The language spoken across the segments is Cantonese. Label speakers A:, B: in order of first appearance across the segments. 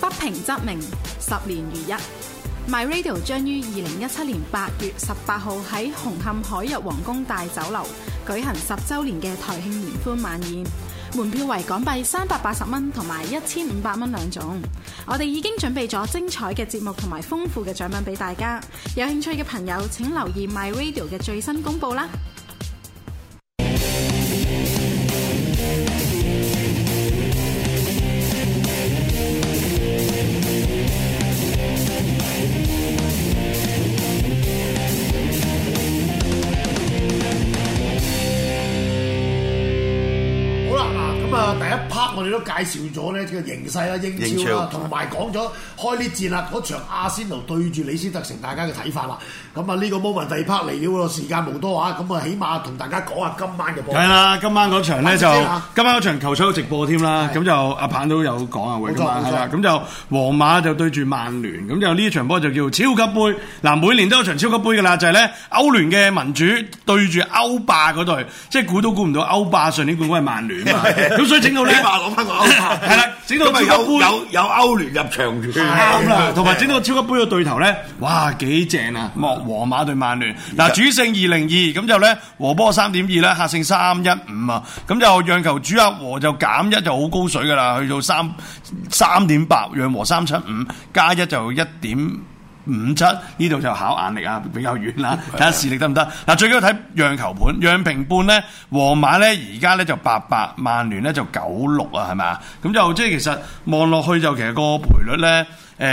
A: 不平則鳴，十年如一。My Radio 將於二零一七年八月十八號喺紅磡海逸皇宮大酒樓舉行十週年嘅台慶聯歡晚宴，門票為港幣三百八十蚊同埋一千五百蚊兩種。我哋已經準備咗精彩嘅節目同埋豐富嘅獎品俾大家，有興趣嘅朋友請留意 My Radio 嘅最新公佈啦！
B: 好啦，嗱咁啊，第一 part 我哋都介紹咗咧嘅形勢啦、英
C: 英
B: 超啦
C: 超，
B: 同埋講咗開呢戰啦，嗰場阿仙奴對住李斯特城大家嘅睇法啦。咁啊，呢個 moment 第二 part 嚟了喎，時間無多啊，咁啊，起碼同大家講下今晚嘅波。
D: 係啊啦，今晚嗰場咧就
B: 等陣先啊
D: 今晚嗰場球賽有直播添啦，
B: 係
D: 咁就阿棒都有講啊，會
B: 冇錯
D: 今晚
B: 冇錯
D: 係啦，咁就皇馬就對住曼聯，咁就呢場波就叫超級杯。嗱，每年都有場超級杯㗎啦，就係咧歐聯嘅民主對住歐霸嗰隊，即係估都估唔到歐霸上年冠軍係曼聯啊 嘛， 咁所以整到咧
C: 起碼 攞翻個歐霸，
D: 係啦，整到
C: 咁咪啊
D: 超級
C: 有
D: 杯。
C: 有有歐聯入場券，啊
D: 啱啦，同埋整到超級杯嘅對頭咧，哇幾正啊！莫皇馬對曼聯，嗱主勝二零二，咁就咧和波三點二啦，客勝三一五啊，咁就讓球主客和就減一就好高水噶啦，去到三三點八，讓和三七五，加一就一點。五七呢度就考眼力啊，比較遠啦，睇下視力得唔得。嗱，最緊要睇讓球盤，讓平半咧，皇馬咧而家咧就八百，曼聯咧就九六啊，係咪啊？咁就即係其實望落去就其實個賠率咧，誒、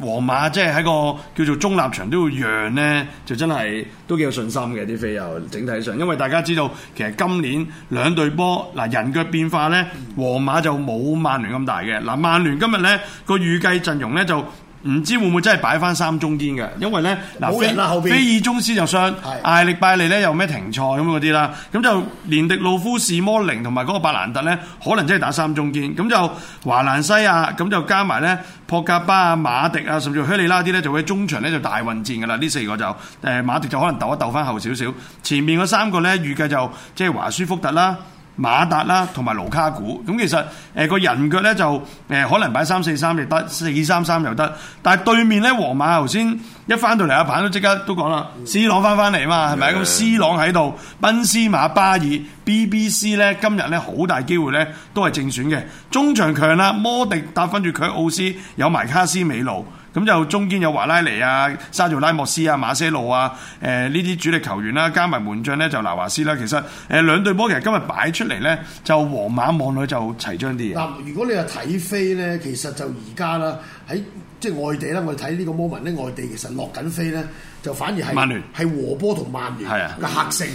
D: 皇馬即係喺個叫做中立場都要讓咧，就真係都幾有信心嘅啲飛友整體上，因為大家知道其實今年兩隊波嗱人腳變化咧，皇馬就冇曼聯咁大嘅。嗱，曼聯今日咧個預計陣容咧就。唔知會唔會真係擺翻三中堅嘅？因為咧，嗱，
B: 冇人啦後
D: 菲
B: 邊
D: 菲爾宗斯就傷
B: 係，
D: 艾力拜利咧又咩停賽咁嗰啲啦，咁就連迪路夫士摩寧同埋嗰個白蘭特咧，可能真係打三中堅，咁就華蘭西亞咁就加埋咧博格巴啊、馬迪啊，甚至乎希利拉啲咧就會喺中場咧就大混戰噶啦，呢四個就誒馬迪就可能鬥一鬥翻後少少，前面嗰三個咧預計就即係華舒福特啦。馬達啦，同埋盧卡古，咁其實誒個、人腳咧就誒、可能擺三四三亦得，四三三又得，但係對面咧皇馬頭先一翻到嚟阿棒都即刻都講啦，C 朗翻翻嚟嘛，係咪？咁 C 朗喺度，賓斯馬巴爾，BBC 咧今日咧好大機會咧都係正選嘅，中場強啦，摩迪搭翻住佢奧斯，有埋卡斯美路。咁就中間有華拉尼啊、沙做拉莫斯啊、馬些路啊、誒呢啲主力球員啦、加埋門將咧就拿華斯啦。其實誒、兩隊波其實今日擺出嚟咧，就皇馬望落去就齊張啲嘅。
B: 嗱，如果你話睇飛咧，其實就而家啦，喺即係外地啦，我哋睇呢個 moment 咧，外地其實落緊飛咧，就反而係
D: 曼聯
B: 係和波同曼聯
D: 係啊
B: 嘅客勝，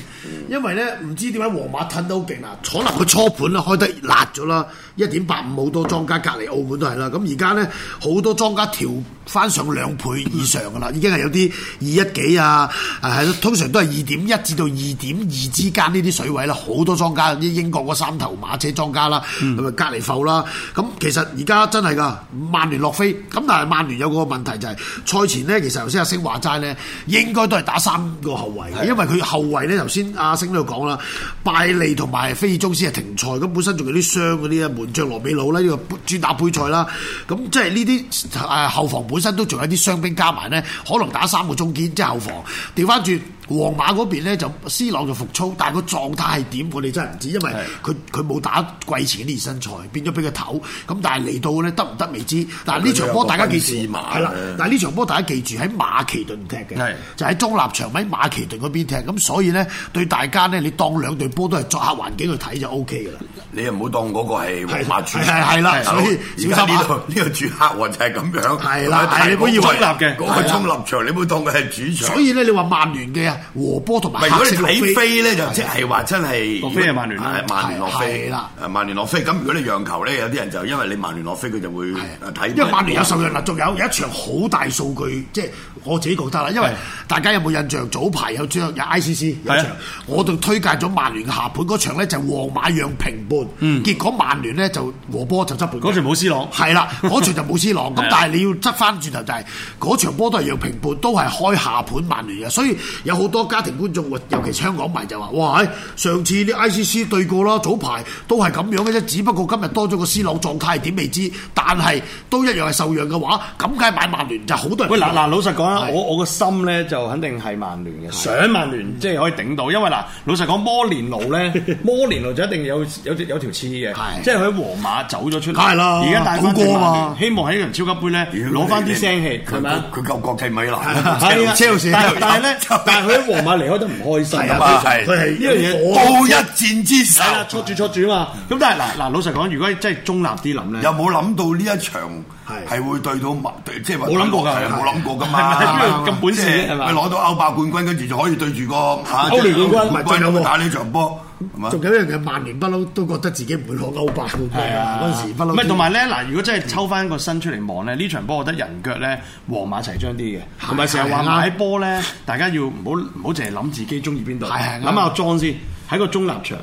B: 因為咧唔知點解皇馬褪得好勁啊，可能佢初盤啦開得辣咗啦，一點八五好多莊家隔離澳門都係啦，咁而家咧好多莊家調翻上兩倍以上噶啦，已經係有啲二一幾啊，啊係咯通常都係二點一至到二點二之間呢啲水位啦，好多莊家，啲英國嗰三頭馬車莊家啦，咁啊隔離埠啦，咁其實而家真係噶，曼聯落飛，咁但係曼聯有個問題就係、賽前咧，其實頭先阿星話齋咧，應該都係打三個後衞嘅，因為佢後衞咧頭先阿星都有講啦，拜利同埋菲爾宗斯係停賽，咁本身仲有啲傷嗰啲啊，門將羅美魯咧呢個專打杯賽啦，咁即係呢啲誒後防本身都仲有啲傷兵加埋咧，可能打三個中堅即係後防，調翻轉。皇馬嗰邊咧就 C 朗就復操，但係個狀態係點，我哋真係唔知，因為佢佢冇打季前啲熱身賽，變咗俾佢唞。咁但係嚟到咧得唔得未知。但係呢場波大家記住，
C: 佢都有個分試碼
B: 係啦
C: 嘅。
B: 但係呢場波大家記住喺馬其頓踢嘅
D: 係，
B: 就喺中立場喺馬其頓嗰邊踢。咁所以咧對大家咧，你當兩隊波都係作客環境去睇就 O K 㗎啦。
C: 你又唔好當嗰個係
B: 係
C: 皇馬主客，
B: 係係啦
C: 大佬
B: 所以
C: 而
B: 小
C: 家
B: 心
C: 呢
B: 啊
C: 度呢個主客喎就係咁樣，
B: 係啦
C: 但
B: 係你唔好以為
C: 嗰個
D: 中立嘅
C: 嗰個中立場，你唔好當佢係主場
B: 所。以咧你話曼聯嘅和波同
C: 唔
B: 埋
C: 係，如果
B: 黑
C: 你
B: 色路
C: 睇
B: 飛。
C: 飛咧，就即係話真係
D: 落飛係曼聯啦
C: 係曼聯落飛
B: 係啦，
C: 誒曼聯落飛。咁如果你讓球咧，有啲人就因為你曼聯落飛，佢就會
D: 啊
C: 誒睇唔
B: 啊因為曼聯有
C: 到
B: 受讓啦，仲有有一場好大數據，即係我自己覺得啦。因為
D: 係
B: 大家有冇印象？早排有張有 ICC 有
D: 係
B: 場
D: 啊，
B: 我仲推介咗曼聯嘅下盤嗰場咧，就皇馬讓平半，結果曼聯咧就和波就執半。
D: 嗰場冇 C 朗，
B: 係 啦，嗰場就冇 C 朗，咁
D: 係啊
B: 但係你要執翻轉頭就係嗰場波都係讓平半，都係開下盤曼聯嘅，所以有好好多家庭觀眾，喂尤其是香港迷就話：哇！唉上次啲 ICC 對過啦，早排都係咁樣嘅啫，只不過今日多咗個 C 朗狀態係點未知，但係都一樣係受讓嘅話，咁梗係買曼聯就好多人。
D: 喂嗱嗱，老實講啊，
B: 係
D: 我我個心咧就肯定係曼聯嘅，想曼聯即係可以頂到，因為嗱，老實講摩連奴 咧，摩連奴就一定有有有條刺嘅
B: 係，
D: 即係佢喺皇馬走咗出嚟，
B: 梗係啦
D: 而家帶翻
B: 賭
D: 過
B: 過啊嘛
D: 嘛，希望喺呢場超級杯咧攞翻啲聲氣，係咪啊？
C: 佢夠國際米
B: 係
C: 蘭，
D: 係啊
B: 車路士
D: 但係但係咧，但係佢喺皇馬離開得唔開心
B: 係
D: 啊
C: 咁啊
B: 啊，佢係
D: 呢樣嘢
B: 我
C: 報一戰之仇。
D: 係啦，戳住戳住啊嘛。咁但係嗱嗱，老實講，如果真係中立啲諗咧
C: 有。冇諗到呢一場
B: 係
C: 係會對到曼對即係話
D: 冇諗過㗎
C: 係冇諗過㗎嘛？
D: 係咪邊有咁本事啊
C: 即係
D: 係嘛
C: 佢攞到歐霸冠軍，跟住就可以對住個
B: 唔係仲有
C: 啊即係
D: 歐聯冠軍
B: 喎
C: 打呢場波，係嘛？
B: 仲有一樣嘢，曼聯不嬲都覺得自己唔會攞歐霸冠軍啊！嗰陣時不嬲
D: 唔
B: 都。
D: 係同埋咧，嗱，如果真係抽翻個身出嚟望咧，呢場波我覺得人腳咧，皇馬齊張啲嘅，同埋成日
B: 係
D: 話
B: 啊
D: 買波咧，大家要唔好唔好淨係諗自己中意邊度，
B: 係啊係
D: 諗
B: 啱
D: 下個莊先，喺個中立場。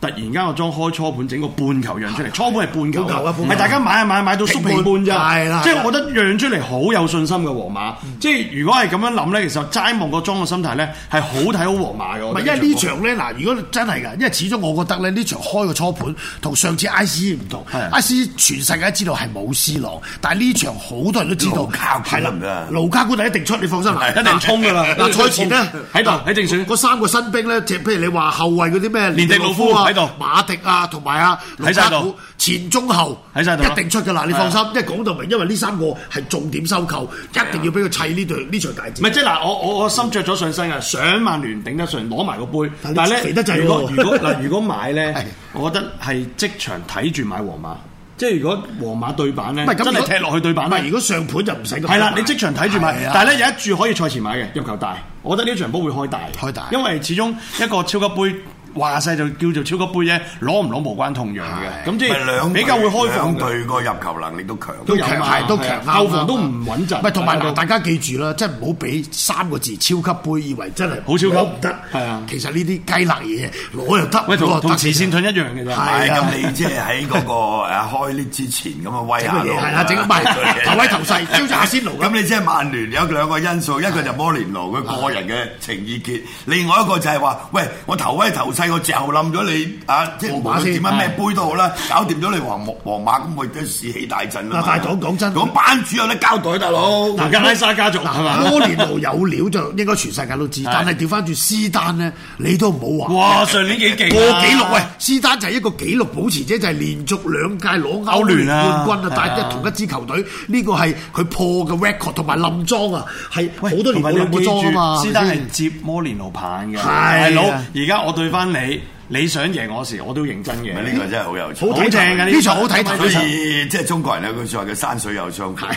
D: 突然間個莊開初盤整個半球讓出嚟，初盤係半球
B: 半球啊
D: 啊，
B: 半球
D: 係大家買啊買買到縮平半咋，
B: 係啦嗯
D: 即
B: 係啦
D: 係我覺得讓出嚟好有信心嘅皇馬，即係如果係咁樣諗咧，其實齋望個莊嘅心態咧係好睇好皇馬嘅。
B: 唔
D: 我
B: 係，
D: 覺
B: 因
D: 得
B: 為呢場咧嗱，如果真係㗎，因為始終我覺得咧呢場開個初盤同上次 I C 唔同
D: 係
B: ，I C 全世界知道係冇 C 朗，但係呢場好多人都知道
C: 盧卡古
B: 係
C: 唔
B: 啦
C: 得，
B: 盧卡古係一定出，你放心啦，
D: 一定衝㗎啦
B: 嗱，賽前咧
D: 喺度喺正選
B: 嗰三個新兵咧，即係譬如你話後衞嗰啲咩連
D: 迪魯夫
B: 啊
D: 喺度
B: 馬迪啊，同埋啊盧
D: 喺晒度
B: 卡古前中後
D: 喺晒度啦
B: 一定出㗎啦，你放心，因為講到明，因為呢三個係重點收購，一定要俾佢砌呢隊呢場大
D: 唔係
B: 戰。
D: 即係嗱，我我我心着咗上身啊，想曼聯頂得順，攞埋個杯。
B: 但
D: 但
B: 係你
D: 係咧，
B: 肥得滯喎
D: 如果如果 嗱，如果買
B: 係
D: 咧，我覺得係即場睇住買皇馬。即係如果皇馬對版咧，真係踢落去對版
B: 唔係，如
D: 咧，
B: 果上盤就唔使咁。
D: 係啦，你即場睇住
B: 係
D: 買
B: 啊。
D: 但係咧有一注可以賽前買嘅入球大，我覺得呢場波會開大。
B: 開大
D: 因為始終一個超級杯。話晒就叫做超級杯啫，攞唔攞無關痛癢嘅，咁即
C: 咪兩
D: 係比較會開放
C: 兩隊個入球能力都強。
D: 都有
B: 強
D: 嘛
B: 係都強
D: 係啊後防都唔穩陣啊
B: 係同埋
D: 大家
B: 嗱，
D: 都
B: 大家記住啦，即係唔好俾三個字超級杯，以為真係
D: 好超級
B: 攞唔得。
D: 係啊
B: 其實呢啲雞肋嘢攞又得，
D: 喂
B: 攞又
D: 同
B: 得
D: 同慈善盾一樣嘅啫。
B: 啊係
C: 係
B: 啊
C: 咁，你即係喺嗰個誒開 lift 之前咁啊威
B: 整
C: 下
B: 個
C: 咯，
B: 嘢係啦，整個唔 係頭威頭勢，招咗阿仙奴
C: 咁
B: 咁。
C: 你即係曼聯有兩個因素，一個就摩連奴佢個人嘅情意結，另外一個就係話：喂，我頭威頭勢，我就冧咗你啊！即係無
B: 皇馬
C: 論
B: 先
C: 點樣咩杯都好啦，搞掂咗你皇皇馬咁，我都士氣大振啦嘛。
B: 嗱但係啊講講真
C: 講班主有得交代大佬。
D: 嗱，格拉沙家族係嘛？
B: 摩連奴有料就應該全世界都知，但係調翻轉斯丹咧，你都唔好話。
D: 哇！上年幾勁
B: 破
D: 啊
B: 紀錄喂，斯丹就係一個紀錄保持者，就係、連續兩屆攞歐
D: 歐
B: 聯
D: 聯啊
B: 冠軍啊！但
D: 係
B: 係
D: 啊
B: 同一支球隊，呢、個係佢破嘅 record 同埋冧莊啊，係好
D: 喂
B: 多年
D: 同埋
B: 冇
D: 你要
B: 冧過莊啊嘛。
D: 記住斯丹
B: 係咪先
D: 係接摩連奴棒嘅，
B: 係啊
D: 大佬。而家我對翻你，你想贏我時，我都認真嘅。
C: 咪呢個真係好有趣。
B: 好睇
D: 正嘅呢
B: 呢場好睇
C: 所
B: 頭。
C: 以即係中國人有句説話叫山水有相逢，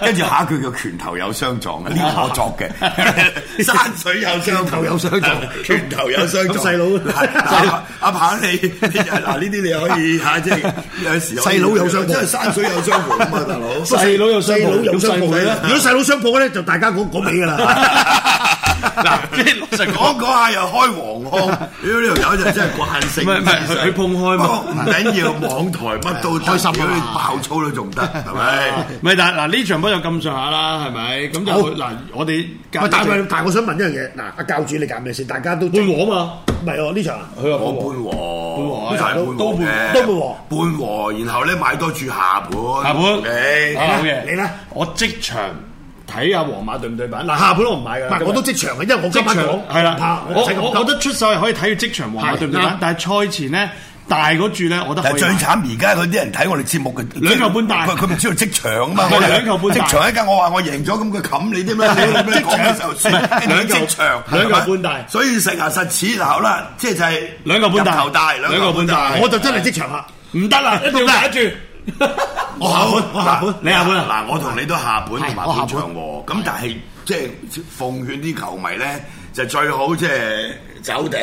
C: 跟住下一句叫拳頭有相撞嘅，呢個我 作嘅。山水有
B: 拳
C: 相
B: 頭有相 撞
C: 拳頭有相撞。
B: 咁細佬
C: 嗱嗱阿鵬你你嗱呢啲你可 以嚇，即係有時可以
B: 細佬有相逢
C: 即係山水有相逢啊嘛，大佬。
D: 細佬有 相
B: 細
D: 抱
B: 佬有相抱
D: 咁細
B: 咧，
D: 啦
B: 如果細佬相抱咧，就大家講講尾㗎 啦。
D: 嗱，即係老實講。
C: 講講下又開黃腔，屌呢條友就真係哦慣性。
D: 唔係唔係佢佢碰開 嘛
C: 唔緊要，網台乜都得
B: 開心啊
C: 屌你爆粗都仲得，係咪？
D: 唔係，但嗱呢場波有咁上下啦，係咪？咁就
B: 好
D: 嗱，我哋
B: 喂，但係但係我想問一樣嘢，嗱，阿教主你揀咩先？大家都
D: 半和啊
B: 唔係喎呢場啊。
D: 嘛，佢話
C: 我半和，
D: 半和。半和
C: 但係半和
D: 都半
C: 嘅
B: 都半和
C: 半和，然後咧買多注下盤，
D: 下盤
C: 你
D: 啊好
B: 你
D: 嘅，
B: 呢你呢
D: 我即場睇下皇馬對唔對版。嗱，下盤我唔買㗎
B: 唔
D: 啦。
B: 係，
D: 今日
B: 我都即場嘅，因為我
D: 即
B: 今
D: 場
B: 晚講
D: 係
B: 唔怕
D: 啦，我
B: 唔使咁
D: 我我覺得出手係可以睇佢即場皇馬
B: 係
D: 對唔對
B: 啱
D: 版，但係賽前咧大嗰注咧，我
C: 但
D: 覺得可
C: 係
D: 以
C: 最
D: 買。
C: 慘而家嗰啲人睇我哋節目嘅
D: 兩球半大
C: 佢佢唔知道即場啊嘛，
D: 係
C: 我哋
D: 兩球半大
C: 即場一間我話我贏咗，咁佢冚你啲咩？你你 咩講嘅時候先
D: 唔係兩球
C: 即場
D: 兩球
C: 係咪
D: 半大
C: 所以實牙實齒嗱好啦，即係就係
D: 兩球半大
C: 入球大，
D: 兩球半大
B: 我就真係即場啊啦。
D: 唔得啦，一定要打住。
B: 我下盤，我下盤，
D: 你下盤啊
C: 嗱，我同你都下盤同埋
B: 我下
C: 半
B: 盤
C: 場和，咁但係即係奉勸啲球迷咧，就最好即係走地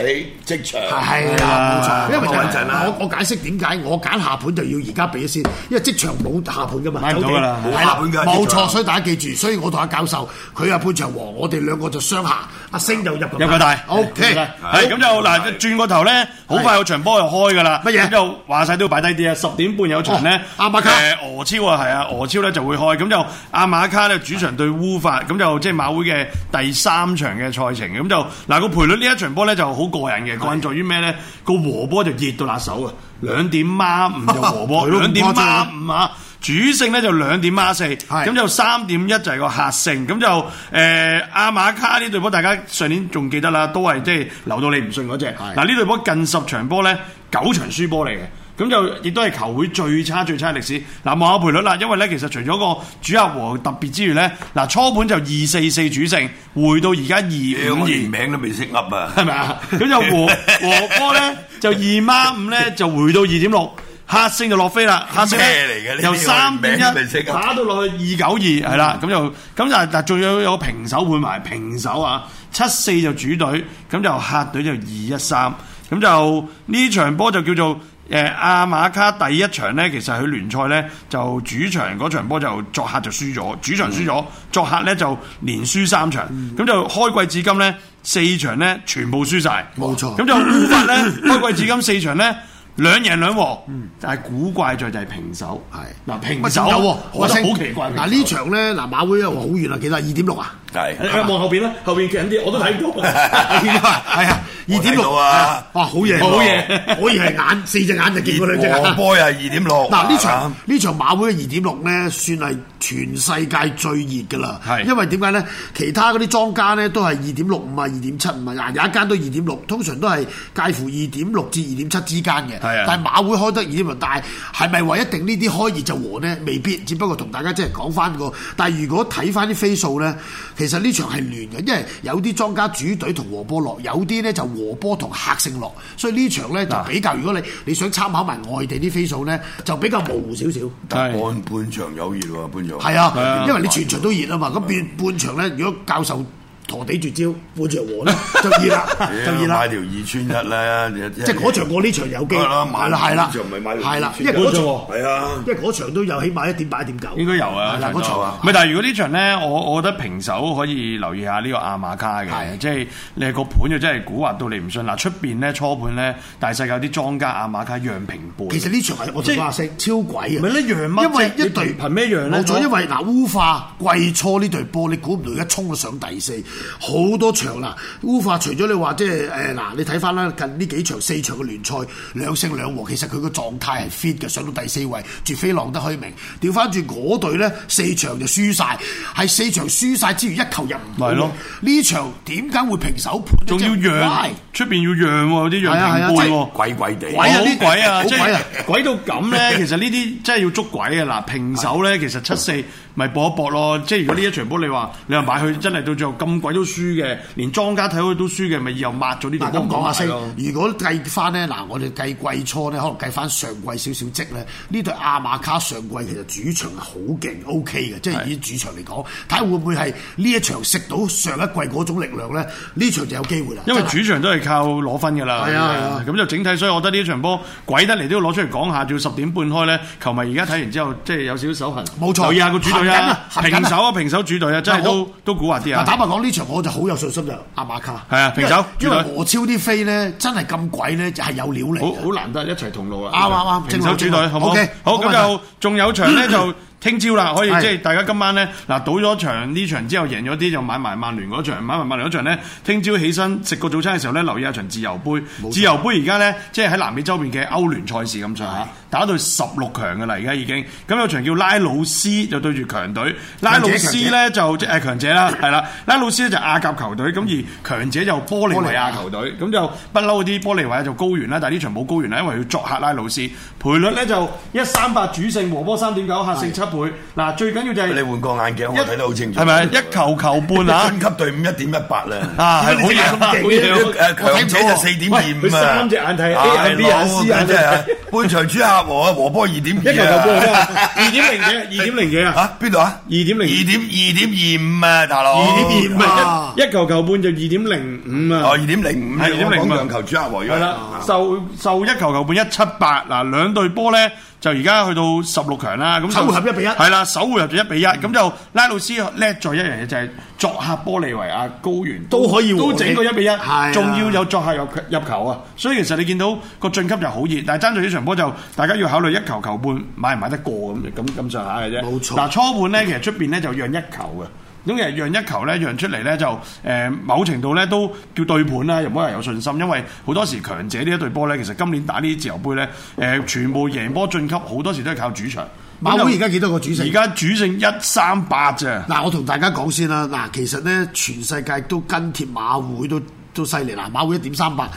C: 即場。
B: 係
D: 啊
B: 啦，冇錯，因為
C: 咁啊穩陣啦
B: 我我解釋點解我揀下盤就要而家俾先，因為即場冇下盤噶嘛，
D: 買唔到㗎啦
B: 酒店
C: 冇下盤㗎
B: 係啦冇
C: 即場
B: 錯，所以大家記住，所以我同阿教授佢阿潘長和，我哋兩個就雙下，阿星就入
D: 入個大
B: ，OK，
D: 係咁就嗱，轉個頭咧，好快有場波就開㗎啦。
B: 乜嘢
D: 咁就話晒都要擺低啲啊！十點半有場咧，
B: 哦亞馬卡
D: 誒俄超啊，係啊，俄超咧就會開。咁就亞馬卡咧主場對烏法，咁就即係馬會嘅第三場嘅賽程。咁就嗱個賠率呢一場波咧就好過癮嘅，過癮在於咩咧？個和波就熱到辣手啊！兩點孖五就和波，
B: 係咯
D: 兩點
B: 唔誇張啊
D: 孖五啊！主勝咧就兩點孖四，
B: 係
D: 咁就三點一就係個客勝，咁就誒、呃、阿馬卡呢隊波，大家上年仲記得啦，都係即係留到你唔信嗰只。
B: 係
D: 嗱呢隊波近十場波咧，九場輸波嚟嘅。咁就亦都係球會最差最差嘅歷史。嗱，望下賠率啦，因為咧其實除咗個主客和特別之餘咧，嗱初盤就二四四主勝，回到而家二五
C: 我
D: 二
C: 連。名都未識噏啊！
D: 係咪啊？咁就 和和波咧就二孖五咧就回到二點六，客勝就落飛啦。客勝
C: 咩嚟嘅
D: 咧
C: 呢
D: 由
C: 啲
D: 三點
C: 我哋名未識
D: 一
C: 啊
D: 打到落去二九二，係啦。咁就咁就但仲有有個平手換埋平手啊，七四就主隊，咁就客隊就二一三，咁就呢場波就叫做。誒阿馬卡第一場咧，其實佢聯賽咧就主場嗰場波就作客就輸咗，主場輸
B: 嗯
D: 咗，作客咧就連輸三場，咁、就開季至今咧四場咧全部輸晒，
B: 冇錯
D: 咁就護 法咧開季至今四場咧兩贏兩和，
B: 嗯
D: 但係古怪在就係平手，
B: 係
D: 嗱
B: 咪
D: 平手
B: 仲有喎？
D: 我覺得
B: 阿星
D: 好奇怪。
B: 嗱呢場咧，嗱馬會又話好遠啊，幾多？二點六啊？
C: 係
D: 你望後邊啦，後邊近啲我都睇唔 到。
B: 係啊，二點
C: 我睇
B: 六
C: 到啊
B: 哇，好嘢，
D: 好嘢
B: 可以係眼四隻眼就見過兩隻眼。
C: 和波又係二點六。
B: 嗱呢
C: 哦係
B: 場
C: 嘛
B: 呢場馬會嘅二點六咧，算係全世界最熱㗎啦。
D: 係
B: 因為點解咧？其他嗰啲莊家咧都係二點六五啊、二點七五啊，嗱有一間都二點六，通常都係介乎二點六至二點七之間嘅。
D: 係啊
B: 但係馬會開得二點六，但係係咪話一定呢啲開熱就和呢？未必，只不過同大家即係講翻個。但係如果睇翻啲飛數咧，其實呢場係亂嘅，因為有啲莊家主隊同和波落，有啲咧就和波同客勝落，所以呢場咧就
D: 嗱
B: 比較。如果你你想參考埋外地啲飛數咧，就比較模糊少少。
D: 係
C: 半半場有熱喎，半場
B: 係
D: 係啊
B: 啊，因為你全場都熱啊嘛，咁變半場咧，如果教授陀地絕招，半場和咧就熱 啦，就熱啦
C: 啊買。條 二穿一咧，
B: 即係嗰場我呢場有機，
C: 係啦買
B: 係啦係啦
C: 呢場咪買，
B: 係啦，因為
D: 半
B: 嗰
D: 場
B: 場
D: 喎
C: 係啊，
B: 因為嗰場都有起碼一點八一點九，
D: 應該有啊，
B: 係啦，嗰場啊，
D: 咪但係如果呢場咧，我我覺得平手可以留意下呢個亞馬卡嘅，
B: 係
D: 即係你個盤就真係蠱惑到你唔信。嗱出邊咧初盤咧，大世界有啲莊家亞馬卡讓平半。
B: 其實呢場係我同
D: 即係
B: 阿聲超鬼啊！
D: 咪呢樣乜啫
B: 因為一
D: 你
B: 隊
D: 憑咩樣咧
B: 冇錯，因為嗱烏化季初呢隊波，你估唔到而家衝咗上第四，好多場啦。烏化除咗你話即係誒嗱，你睇翻啦，近呢幾場四場嘅聯賽兩勝兩和，其實佢個狀態係 fit 嘅，上到第四位，絕非浪得虛名。調翻轉嗰隊咧，四場就輸晒，係四場輸晒之餘一球入唔到
D: 咪係
B: 嘅
D: 咯。
B: 呢場點解會平手盤呢？
D: 仲要
B: 即係
D: 讓
B: why？
D: 出邊要讓喎，有啲
B: 係啊係
D: 讓
B: 啊
D: 平半
B: 即係
D: 喎。
C: 鬼鬼地。
B: 鬼啊
D: 好
B: 呢
D: 鬼啊！
B: 好
D: 即
B: 鬼
D: 係
B: 啊
D: 鬼到咁 咧，其實呢啲真係要捉鬼啊！嗱，平手咧，其實七四咪搏一搏咯。即係如果呢一場波你話你話買佢真係到最後咁鬼都輸嘅，連莊家睇佢都輸嘅，咪以後抹咗呢
B: 嗱
D: 條
B: 咁
D: 波
B: 講下先
D: 買咯，
B: 如果計翻咧，嗱我哋計季初咧，可能計翻上季少少積咧，呢隊亞馬卡上季其實主場係好勁，OK 嘅，即係以主場嚟講，睇下會唔會係呢一場食到上一季嗰種力量咧？呢場就有機會啦。
D: 因為
B: 真係
D: 主場都係靠攞分㗎啦，
B: 係啊係啊
D: 咁就整體，所以我覺得呢場波鬼得嚟都要攞出嚟講下，仲要十點半開咧，球迷而家睇完之後，即係有少少手痕。
B: 冇錯
D: 留意下個主隊啊，
B: 行緊啊行緊啊
D: 平手啊，平手主隊啊，真係
B: 嗱
D: 都
B: 我
D: 都蠱惑啲
B: 嗱，
D: 啊。
B: 坦白講呢場我就好有信心就亞馬卡。
D: 係啊平手
B: 因為因
D: 主隊
B: 為俄超啲飛咧真係咁鬼咧，就係有料嚟
D: 好
B: 嘅。
D: 好難得一齊同路啊！
B: 啱啱啱
D: 平手主
B: 正路
D: 隊好唔好
B: OK，？
D: 好
B: 冇
D: 咁
B: 問
D: 就仲有 場咧，就聽朝啦，可以
B: 係
D: 即係大家今晚咧嗱，賭咗場呢場之後贏咗啲，就買埋曼聯嗰場，買埋曼聯嗰場咧，聽朝起身食個早餐嘅時候咧，留意下場自由杯。自由杯而家咧，即係喺南美洲邊嘅歐聯賽事咁上下，打到十六強嘅啦，而家已經咁有場叫拉魯斯就對住強隊，拉魯斯咧就即係強者啦，係啦，拉魯斯咧就亞甲球隊，咁而強者就波利維亞球隊，咁就不嬲啲波利維亞就高原啦，但係呢場冇高原啦，因為要作客拉魯斯，賠率咧就一三八主勝和波三點九，客勝七倍。嗱，最緊要就
C: 你
D: 係
C: 換個眼鏡，我睇得好清楚。
D: 係咪一球球半啊？
C: 分級隊 伍一點一八啦。
D: 啊，係
B: 點
D: 好
B: 解你咁勁
D: 嘢，好
B: 嘅
C: 誒
D: 嘢。
C: 強者就四點二
D: 喂佢
C: 五啊！
D: 三隻眼睇
C: 啊
D: A 眼 B 眼
C: 大佬
D: C 眼
C: 真係啊半場主客和啊，和波二點
D: 一球球 半
C: 二
D: 啊
C: 啊！，
D: 二點零幾，二點零幾啊，
C: 啊邊度啊？
D: 2.0
C: 二點二點二五啊，大佬
D: 二點二唔
B: 啊
D: 係一一球球半就二點零五啊
C: 哦，。二點零五，
D: 係2.05啊
C: 我講強球主客和咗
D: 係啦，受受一球球半一七八嗱，兩隊波咧就而家去到十六強啦。咁
B: 首回合1比1
D: 係啦，首回合就一比一。咁就拉魯斯叻在一樣嘢就係作客波利維亞高原
B: 都可以和
D: 都整個一比一
B: 係啊，
D: 仲要有作客入入球啊！所以其實你見到個晉級就好熱，但係爭在呢場波就大家要考慮一球球半買唔買得過咁咁咁上下嘅啫。
B: 冇錯
D: 嗱初盤咧，其實出邊咧就讓一球嘅。咁其實讓一球咧，讓出嚟咧就誒、呃某程度咧都叫對盤啦，又冇人有信心，因為好多時強者呢一隊波咧，其實今年打呢啲自由杯咧，誒、全部贏波晉級，好多時都係靠主場。
B: 馬會而家幾多個主勝
D: 而家主勝一三八啫。
B: 嗱，我同大家講先啦。嗱，其實咧，全世界都跟貼馬會都都犀利。嗱，馬會一點三八，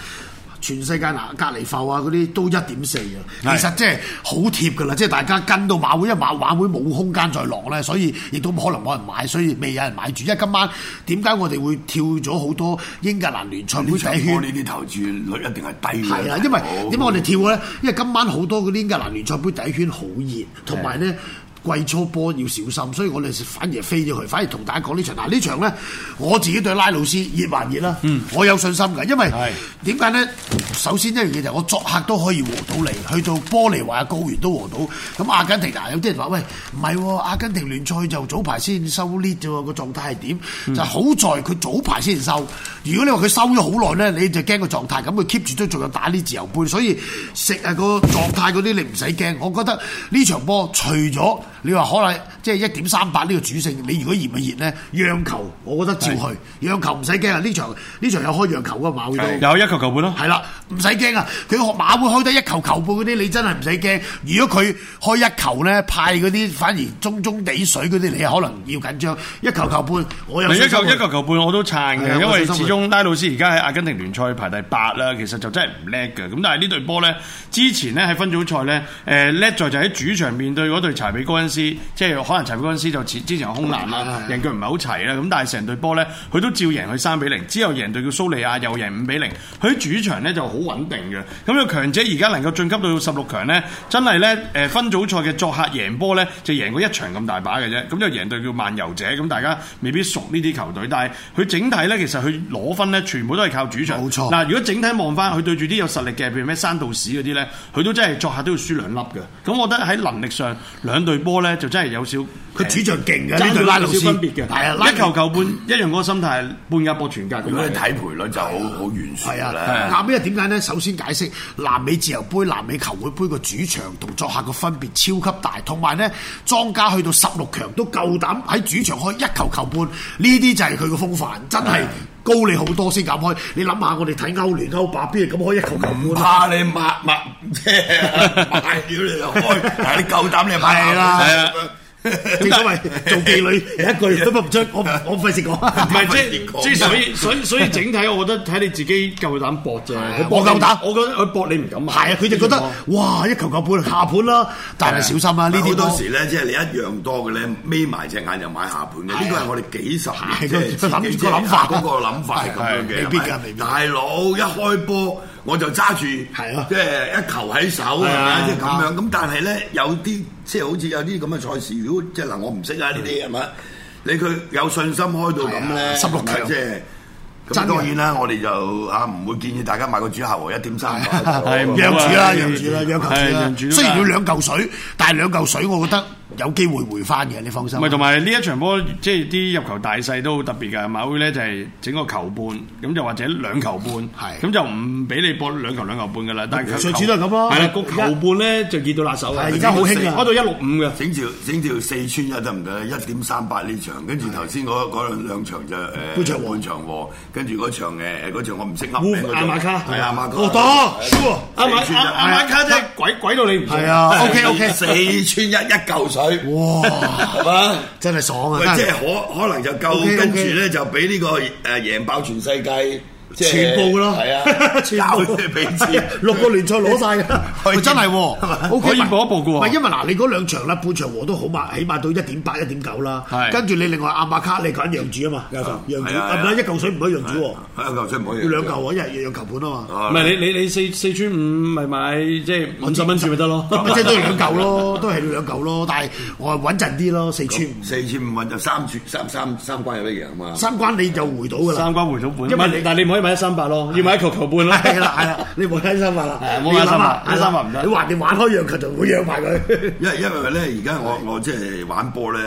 B: 全世界嗱隔離埠啊嗰啲都一點四啊。其
D: 係
B: 實即係好貼噶啦，即係大家跟到馬會，因為馬馬會冇空間再落咧，所以亦都可能冇人買，所以未有人買住。因為今晚點解我哋會跳咗好多英格蘭聯賽杯第
C: 呢
B: 一
C: 場波
B: 圈
C: 呢？啲投注率一定係啊低嘅。
B: 係啊啦，因為
C: 大
B: 點
C: 佬
B: 解我哋跳咧？因為今晚好多嗰啲英格蘭聯賽杯第一圈好熱，同埋咧。季初波要小心，所以我哋反而飛咗佢，反而同大家講呢場嗱呢場咧，我自己對拉魯斯熱還熱啦，我有信心嘅，因為
D: 係
B: 點解咧？首先一樣嘢就係我作客都可以和到你，去到波利華高原都和到，咁阿根廷嗱有啲人話喂唔係喎，阿根廷聯賽就早排先收 lead 啫喎，個狀態係點？就好在佢早排先收，如果你話佢收咗好耐咧，你就驚個狀態，咁佢 keep 住都仲有打呢自由杯，所以食啊個狀態嗰啲你唔使驚。我覺得呢場波除咗你話可能即係一點三八呢個主勝，你如果嫌唔嫌咧，讓球我覺得照去，讓球唔使驚啊！呢場呢場有開讓球噶馬會都。
D: 有一球球半咯。
B: 係啦，唔使驚啊！佢學馬會開得一球球半嗰啲，你真係唔使驚。如果佢開一球咧，派嗰啲反而中中地水嗰啲，你可能要緊張。一球球半，我有
D: 嗱
B: 信心
D: 一球
B: 佢
D: 一球球半我都撐
B: 係啊
D: 嘅，因
B: 我
D: 為
B: 信心
D: 始
B: 佢
D: 終拉魯斯而家喺阿根廷聯賽排第八啦，其實就真係唔叻嘅。咁但係呢隊波咧，之前咧喺分組賽咧，誒叻在就喺主場面對嗰隊柴比高恩斯，即係可能柴比高恩斯就前之前有空難啦，
B: 係
D: 人腳唔係好齊啦，咁但係成隊波咧，佢都照贏佢三比零，之後贏隊叫蘇利亞又贏五比零，佢喺主場咧就好穩定嘅。咁個強者而家能夠晉級到十六強咧，真係咧誒分組賽嘅作客贏波咧，就贏過一場咁大把嘅啫。咁就贏隊叫漫遊者，咁大家未必熟呢啲球隊，但係佢整體咧其實佢攞分咧全部都係靠主場。
B: 冇錯
D: 嗱，如果整體望翻佢對住啲有實力嘅，譬如咩山道士嗰啲咧，佢都真係作客都要輸兩粒嘅。咁我覺得喺能力上兩隊波咧就真係有少
B: 佢主場勁嘅
D: 爭
B: 呢隊
D: 到
B: 拉
D: 有
B: 魯斯，
D: 少分別嘅，
B: 係啊，拉
D: 一球球半一樣嗰個心態，半價搏全價咁
C: 如果
D: 樣
C: 你。睇賠率就好好懸殊
B: 係
C: 㗎
B: 啊，
C: 啦。
B: 南美係點解咧？首先解釋南美自由杯、南美球會杯個主場同作客個分別超級大，同埋咧莊家去到十六強都夠膽喺主場開一球球半，呢啲就係佢個風範，真係啊高你好多先敢開。你諗下，我哋睇歐聯、歐霸邊係咁開一球球
C: 唔
B: 半啊？
C: 怕你抹抹， 即係買屌 你又開，但係你夠膽你買
B: 係啦
C: 係啊
B: 正所謂做妓女有一句都不唔出， 我唔我費事講。
D: 唔係即
C: 點
D: 係
C: 講
D: 即係所以所以所以整體，我覺得睇你自己夠膽搏啫。佢
B: 啊我夠膽
D: 我覺得佢搏你唔敢買。
B: 係啊，佢就覺 得哇一球球半下盤啦，但係小心啊！呢
C: 呢
B: 啲都
C: 啲當時咧，即係你一樣多嘅咧，眯埋隻眼就買下盤嘅。呢個係我哋幾十
B: 啊係
C: 年
B: 個
C: 即係自己
B: 諗個諗法
C: 嗰個諗法係咁樣嘅。
B: 係未必㗎
C: 係咪
B: 未必
C: 大佬一開波我就揸住，
B: 係啊
C: 即係一球喺手，係
B: 係啊
C: 咪即係咁樣。咁但係咧，有啲即係好似有啲咁嘅賽事，如果即係嗱，我唔識啊呢啲係咪？你佢有信心開到咁
B: 係啊
C: 咧，
B: 十六
C: 係咪
B: 強
C: 即係。
B: 真
C: 咁
B: 嘅
C: 當然啦，我哋就啊唔會建議大家買個主客和一點 三，
D: 係
B: 讓
D: 唔好啊
B: 住啦，
D: 你
B: 讓住啦，讓球
D: 係讓
B: 住
D: 住
B: 啦。
D: 都
B: 雖然
D: 得
B: 要兩嚿水，但係兩嚿水我覺得有機會回翻嘅，你放心。
D: 唔係，同埋呢一場波，即係啲入球大細都好特別㗎。馬會咧就係整個球半，咁就或者兩球半
B: 係，
D: 咁就唔俾你搏兩球兩球半㗎啦。但係
B: 上次都係咁咯
D: 係啦，個球半咧就見到辣手㗎。
B: 係而家好興啊㗎
D: 開到一六五嘅。
C: 整條整條四穿一得唔得？一點三八呢場，跟住頭先嗰嗰兩兩場就誒
B: 半場和
C: 半場和，跟住嗰場誒嗰場我唔識噏名
D: Wolf
C: 嗰場
D: 阿馬卡
C: 係阿馬卡，
B: 我多輸
D: 阿馬阿阿啊馬卡真係鬼鬼到你唔信
B: 啊係啊，OK OK，
C: 四穿一一嚿水，
B: 哇，
C: 係嘛？
B: 真係爽
C: 喂
B: 啊！
C: 即
B: 真係
C: 係可可能就
B: OK，OK
C: 夠，跟住咧就俾呢個誒贏爆全世界，即係
B: 全部咯，，
C: 係啊
B: 全部
C: 交俾錢。
B: 六個聯賽攞 晒㗎，喂真係喎，OK，
D: 可以搏一搏㗎喎
B: 唔係因為嗱，你嗰兩場啦，半場和都好嘛，起碼到一點八、一點九啦。
D: 係
B: 跟住你另外阿馬卡你揀讓主啊嘛，有球讓主，
C: 係啊係
B: 係
C: 啊
B: 咪一嚿水唔可以讓主喎？
C: 係一嚿水唔可以，
B: 要兩嚿啊，一係讓球盤啊嘛。
D: 唔係你你你四四川五咪買即係五十蚊注咪得咯。
B: 咁咪即係都係兩嚿咯，都係兩嚿咯，但係我係穩陣啲咯，四千五
C: 四千五蚊就三注三三三關有得贏啊嘛。
B: 三關你就回到㗎啦。
D: 三關回到本，
B: 因
D: 因
B: 為
D: 為
B: 你
D: 但係你唔可可以買一三八咯，要買一球球半咯。
B: 係啦係啦，你冇睇新聞啦
D: 係，冇
B: 你
D: 睇新聞
B: 諗下
D: 睇新聞唔得
B: 你橫掂玩開讓球就會讓埋佢。
C: 因為因為咧，而家我我即係玩波咧，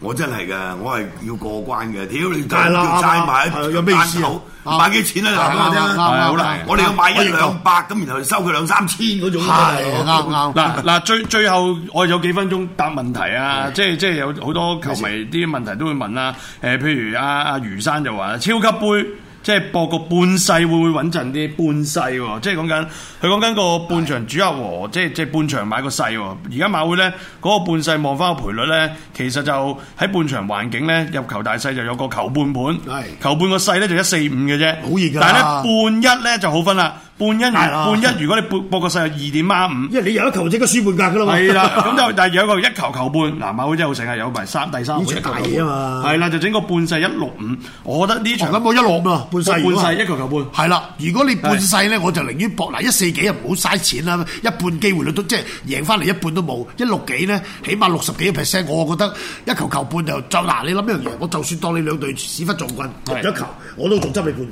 C: 我真係噶，我係要過關嘅。屌你，
B: 係啦啱
C: 齋
B: 啊係
C: 買
B: 啊有咩意思啊
C: 單口買幾錢啊？嗱，俾我聽
B: 啱啱
C: 啊
B: 啱
D: 係好難
B: 啱
C: 我哋要買一
B: 我認同
C: 兩百咁，然後收佢兩三千嗰種。
B: 係啱啱。
D: 嗱嗱，最最後我有幾分鐘答問題啊，即係即係有好多球迷啲問題都會問啦。誒，譬如阿阿余生就話，超級杯即係博個半世會唔會穩陣啲？半世喎，即係講緊佢講緊個半場主客和，即係即係半場買個世喎。而家馬會咧嗰個半世望翻個賠率咧，其實就喺半場環境咧入球大細就有個球半盤
B: 係，
D: 球半個細咧就一四五嘅啫，
B: 好易㗎
D: 但係咧半一咧就好分啦，半一如
B: 係啊啦
D: 半一如果你博博個細係二點孖五。
B: 因為你有一球即刻輸半格㗎啦嘛。
D: 係啦，咁就但係有一個一球球半，嗱馬會真係好醒啊，有埋三第三
B: 呢場大嘢啊嘛
D: 係啦，就整個半世一六五，我覺得呢
B: 哦
D: 場
B: 咁我一浪啦，半世
D: 半
B: 如果係
D: 世一球球 半。
B: 係啦，如果你半世咧，我就寧願搏嗱一四幾又啊唔好嘥錢啦，一半機會率都即係贏翻嚟一半都冇，一六幾咧起碼六十幾 percent，我覺得一球球半就就嗱，你諗一樣嘢，我就算當你兩隊屎忽撞棍入
D: 係
B: 咗球，我都仲執你半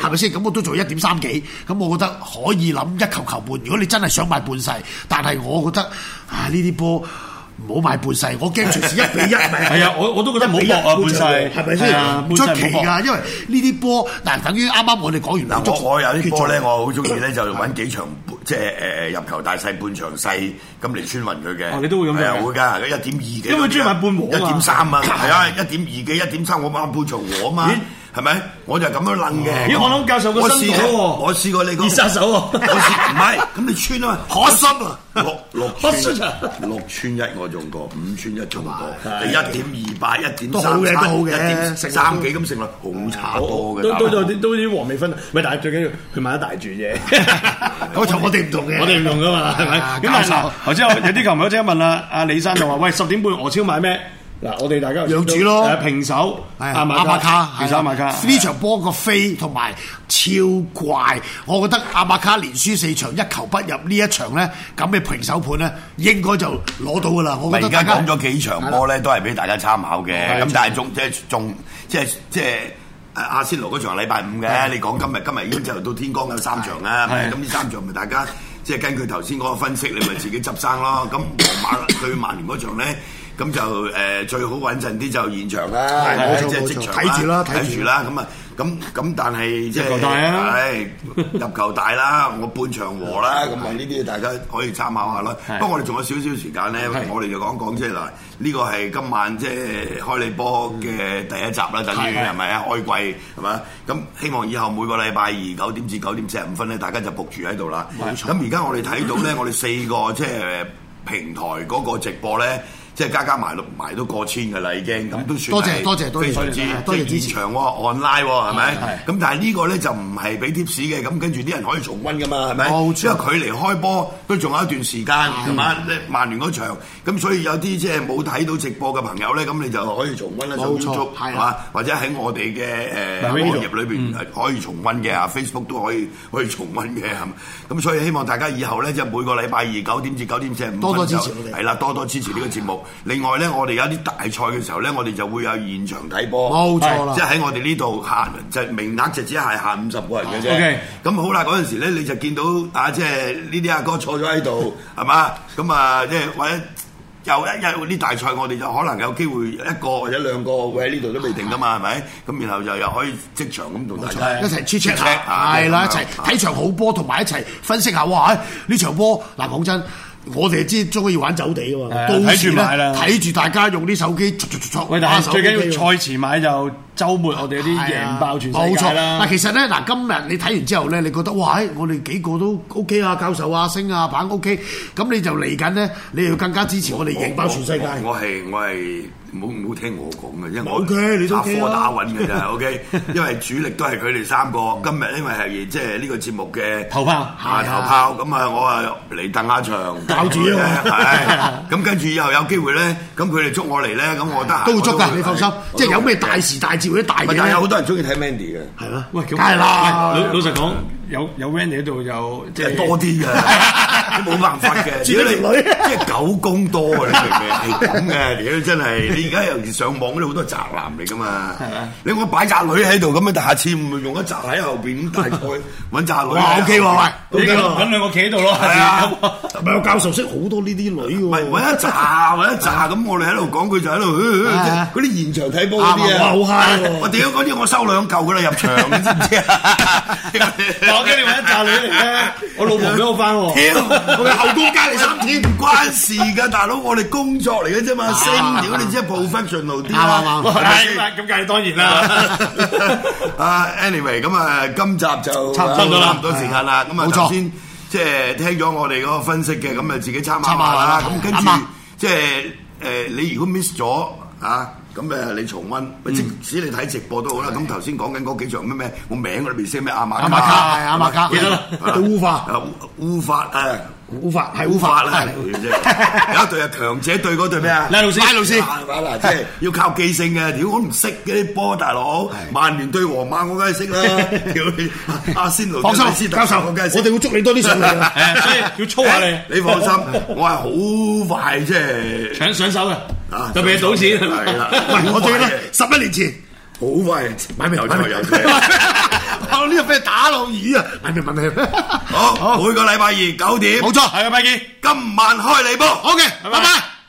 B: 價，係咪先？咁我都做一點三幾，咁我覺得可以諗一球球半。如果你真係想買半世，但係我覺得啊呢啲波。唔好買半世，我驚隨時一比一咪
D: 係啊我我都覺得唔好搏啊半世
B: 係咪
D: 係
B: 先？
D: 啊
B: 唔
D: 半世
B: 出
D: 唔好搏
B: 奇㗎，因為呢啲波嗱，等於啱啱我哋講完
C: 嗱，
B: 兩足
C: 我我有啲波咧，
B: 決賽
C: 我好中意咧，就揾幾場即係誒入球大細半場細咁嚟穿雲佢嘅。
D: 哦你都會咁樣
C: 係啊
D: 嘅
C: 會㗎，一點二幾。
D: 因為中意買半和啊
C: 一
D: 嘛
C: 點三啊，係啊，一點二幾、一點三，我買半場和啊嘛
D: 咦，
C: 係咪？我就咁樣楞嘅。
D: 咦我諗教授個
C: 我
D: 身
C: 試
D: 手
C: 過
D: 喎
C: 我試過你個
D: 熱殺手喎
C: 我試唔係，咁你穿啊嘛，
B: 可心啊！
C: 六六
D: 我
C: 穿
D: 信啊
C: 六穿一我中過，五穿一中過，一點二八、一點
B: 都好
C: 三
B: 嘅都好嘅
C: 一點
B: 成日都
C: 三幾咁成啦，好差多嘅。
D: 嗯都都
C: 大佬
D: 有啲都有啲黃未分，唔係但係最緊要佢買得大注 啫。
B: 我同我哋唔同嘅，
D: 我哋唔用噶嘛，係咪？
B: 啊
D: 咁但係
B: 教授
D: 嗱頭先有有啲球迷即刻問啦，阿李生就話：喂，十點半俄超買咩？嗱，我哋大家
B: 讓主咯
D: 誒平手，
B: 係啊
D: 阿
B: 阿馬卡，
D: 平手阿馬卡。
B: 呢場波個飛同埋超怪，我覺得阿馬卡連輸四場一球不入呢一場咧，咁嘅平手盤咧應該就攞到噶啦。我
C: 咪
B: 覺
C: 而
B: 得
C: 家
B: 大
C: 講
B: 家
C: 咗幾場波咧，都係俾大家參考嘅。
B: 啊
D: 係
C: 咁但係仲即係仲即係即係啊阿仙奴嗰場禮拜五嘅，你講今日今日已經就到天光有三場啦。係咪
D: 係
C: 咁呢三場咪大家即係根據頭先嗰個分析，你咪自己執生咯。咁皇馬 對曼聯嗰場咧。咁就誒、最好穩陣啲就現場啦，
B: 係
C: 係咪
B: 冇錯
C: 即係
B: 冇
C: 即
B: 錯
C: 場
B: 睇住啦睇住
C: 睇住啦，咁啊，咁咁但係即係
D: 入球大啊
C: 唉入球 大啦，我半場和啦，咁啊呢啲大家可以參考下啦
D: 係。
C: 不過我哋仲有少少時間咧，
D: 係
C: 我哋就講講即係嗱，呢個係今晚即係開你波嘅第一集啦，等於
D: 係
C: 係咪啊？開季係咪啊？咁希望以後每個禮拜二九點至九點四十五分咧，大家就仆住喺度啦。
D: 冇
C: 咁而家我哋睇到咧，我哋四個即係平台嗰個直播咧。即係加加埋埋都過千㗎啦，已經咁都算
B: 多謝
C: 係
B: 多謝多謝
C: 非常之
B: 多謝
C: 即係
B: 支持
C: 現場喎，online 喎，係咪？
D: 係
C: 咁但係呢個咧就唔係俾 tips 嘅，咁跟住啲人可以重温㗎嘛，係咪？
B: 冇錯嗯
C: 因為佢離開波都仲有一段時間，係嘛？曼聯嗰場，咁所以有啲即係冇睇到直播嘅朋友咧，咁你就可以重温啦，上
B: 冇錯
C: YouTube
B: 係啦啊
C: 係嘛？或者喺我哋嘅誒呃
D: My
C: 網
D: Radio
C: 頁裏邊呃可以重温嘅
B: 嗯
C: 啊，Facebook 都可以可以重温嘅，係嘛咁所以希望大家以後咧，即係每個禮拜二九點至九點四十五
B: 多多支持我哋
C: 係啦，多多支持呢個節目。另外咧，我哋有啲大賽嘅時候咧，我哋就會有現場睇波，
B: 冇錯啦
C: 即係喺我哋呢度限就名額就只係限五十個人嘅啫。
D: OK
C: 咁好啦，嗰陣時咧你就見到啊，即係呢啲阿哥坐咗喺度，係嘛？咁啊，即係或者又一日啲大賽，我哋就可能有機會一個或者兩個會喺呢度都未定噶嘛，係咪？咁然後就又可以即場咁同大家
B: 一齊 check check 下，
C: 啊
B: 係啦，一
C: 咁樣
B: 齊睇場好波，同埋一齊分析下哇！呢場波嗱講真。我哋知中意玩走地㗎嘛，
D: 係啊
B: 到時
D: 睇住
B: 咧
D: 買啦
B: 睇住大家用啲手機，
D: 喂，但係最緊要賽前買就週末我哋有啲
B: 係啊
D: 贏爆全世界啦
B: 嗱，。其實咧，嗱，今日你睇完之後咧，你覺得哇，欸我哋幾個都 OK 啊，教授啊、星啊、棒 OK，咁你就嚟緊咧，你要更加支持我哋贏爆全世界。
C: 我我係我係唔好唔好聽我講嘅，因為我
B: OK，你都
C: 打
B: OK 啊
C: 科打穩 嘅咋 OK，因為主力都係佢哋三個。今日因為係即係呢個節目嘅
D: 頭炮
C: 啊頭炮，咁啊我啊嚟鄧下場
B: 教主啊嘛
C: 係咁跟住以後有機會咧，咁佢哋捉我嚟咧，咁我得閒
B: 都會捉
C: 我
B: 㗎，
C: 會
B: 你放心
C: 係，
B: 即係有咩大事大節或者大
C: 咪
B: 嘢
C: 但係有好
B: 咧，
C: 多人中意睇 Mandy 嘅。
B: 係啦，
D: 喂，咁
B: 梗係啦
D: 喂老老實講，有有 Wendy 喺度就即係
C: 多啲嘅，冇辦法嘅。
B: 住咗條女
C: 即係狗公多啊！你明唔明？係咁嘅，屌真係！你而家尤其上網嗰啲好多宅男嚟噶嘛
D: 啊？
C: 你我擺宅女喺度咁樣，但下次唔用一宅喺後邊咁大 概揾宅女。
B: 哇，OK 喎，喂
D: 呢
B: ，OK
D: 個
B: 喎
D: 揾。兩個企喺度咯，
C: 係啊
B: 唔係我教授識好多呢啲女
C: 唔係
B: 喎，
C: 揾一扎揾一扎咁，我哋喺度講佢就喺度呃呃
B: 啊
C: 嗰啲現場睇波嗰啲
B: 啱啊
C: 啊，
B: 哇好 high 喎
C: 我屌嗰啲我收兩嚿噶啦入場，你知唔知 啊？
D: 但我驚你揾一扎女嚟咧，我老婆俾我翻喎。
C: 屌，我哋後宮加你三天，唔關事㗎，大佬，我哋工作嚟嘅啫
B: 啊
C: 嘛，升屌你即係 professional 啲
B: 啱
C: 啦，
B: 啱啱
C: 係咪先
D: 係咁梗係當然啦。
C: 啊，anyway，咁啊，今集就呃
B: 差唔多啦
C: 差唔多時間啦。咁啊，
B: 冇錯
C: 頭先即係聽咗我哋嗰個分析嘅，咁啊自己參考
B: 參考
C: 下
B: 下
C: 啦
B: 啦。
C: 咁跟住
B: 啱啊
C: 即係誒，你如果 miss 咗啊，咁誒你重温，
B: 嗯
C: 即使你睇直播都好啦。咁頭先講緊嗰幾場咩咩，我名我都未識咩亞馬
B: 亞馬卡係亞馬卡
C: 記得啦
B: 對烏法
C: 啊烏法呃誒。
B: 烏法係
C: 烏
B: 烏
C: 法
B: 法
C: 啦，
B: 係
C: 有 一隊啊係強者對嗰隊咩啊？
D: 拉魯斯
C: 拉老師， 嗱，即係要靠記性嘅。屌，我唔識嗰啲波，大佬。曼聯對皇馬，我梗係識 啦。屌你，阿仙奴對
B: 放
C: 李斯
B: 心，
C: 特
B: 教授，
C: 我
B: 我
C: 梗係
B: 哋
C: 識。
B: 會捉你多啲上嚟㗎。
D: 誒，所以要操下你，
C: 你放心， 我係好快即係
D: 搶上手嘅
C: 啊，
D: 特別係賭錢。
C: 係啦，
B: 喂，我最記得
C: 好
B: 十一年前，
C: 快嘅， 好快，買咩油菜油 菜。
B: 我呢個俾人打落魚啊！問你問 你，
C: 好，每個禮拜二九點，
B: 冇錯，
D: 係啊，拜見。
C: 今晚開你波。
B: OK，拜拜。